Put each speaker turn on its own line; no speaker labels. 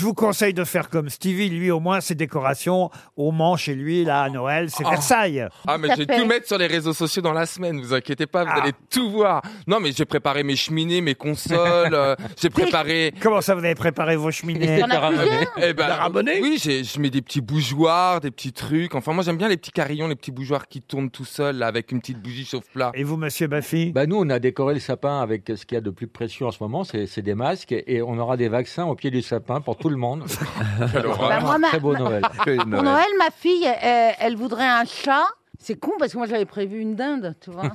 vous conseille de faire comme Stevie. Lui, au moins, ses décorations au Mans, chez lui, là, à Noël, c'est
Oh.
Ah.
Versailles.
Ah, mais
Tout à
je vais
fait.
tout mettre sur les réseaux sociaux dans la semaine, vous inquiétez pas, vous
Ah.
allez tout voir. Non, mais j'ai préparé mes cheminées, mes consoles, euh, j'ai préparé.
Comment ça, vous avez préparé vos cheminées
Il y en a plusieurs.
Eh ben,
La ramenée
Oui, j'ai- je mets des petits bougeoirs, des petits trucs. Enfin, moi, j'aime bien les petits carillons, les petits bougeoirs qui tournent tout seuls, là, avec une petite bougie chauffe-plat.
Et vous, monsieur Baffy
Bah nous, on a décoré le sapin avec ce qu'il y a de plus précieux en ce moment, c'est c'est des masques, et on aura des vaccins au pied du sapin pour tout le monde.
Quelle horreur.
Bah, moi, ma-
Très beau Noël.
Pour Noël, ma fille, elle, elle voudrait un chat. C'est con parce que moi j'avais prévu une dinde, tu vois.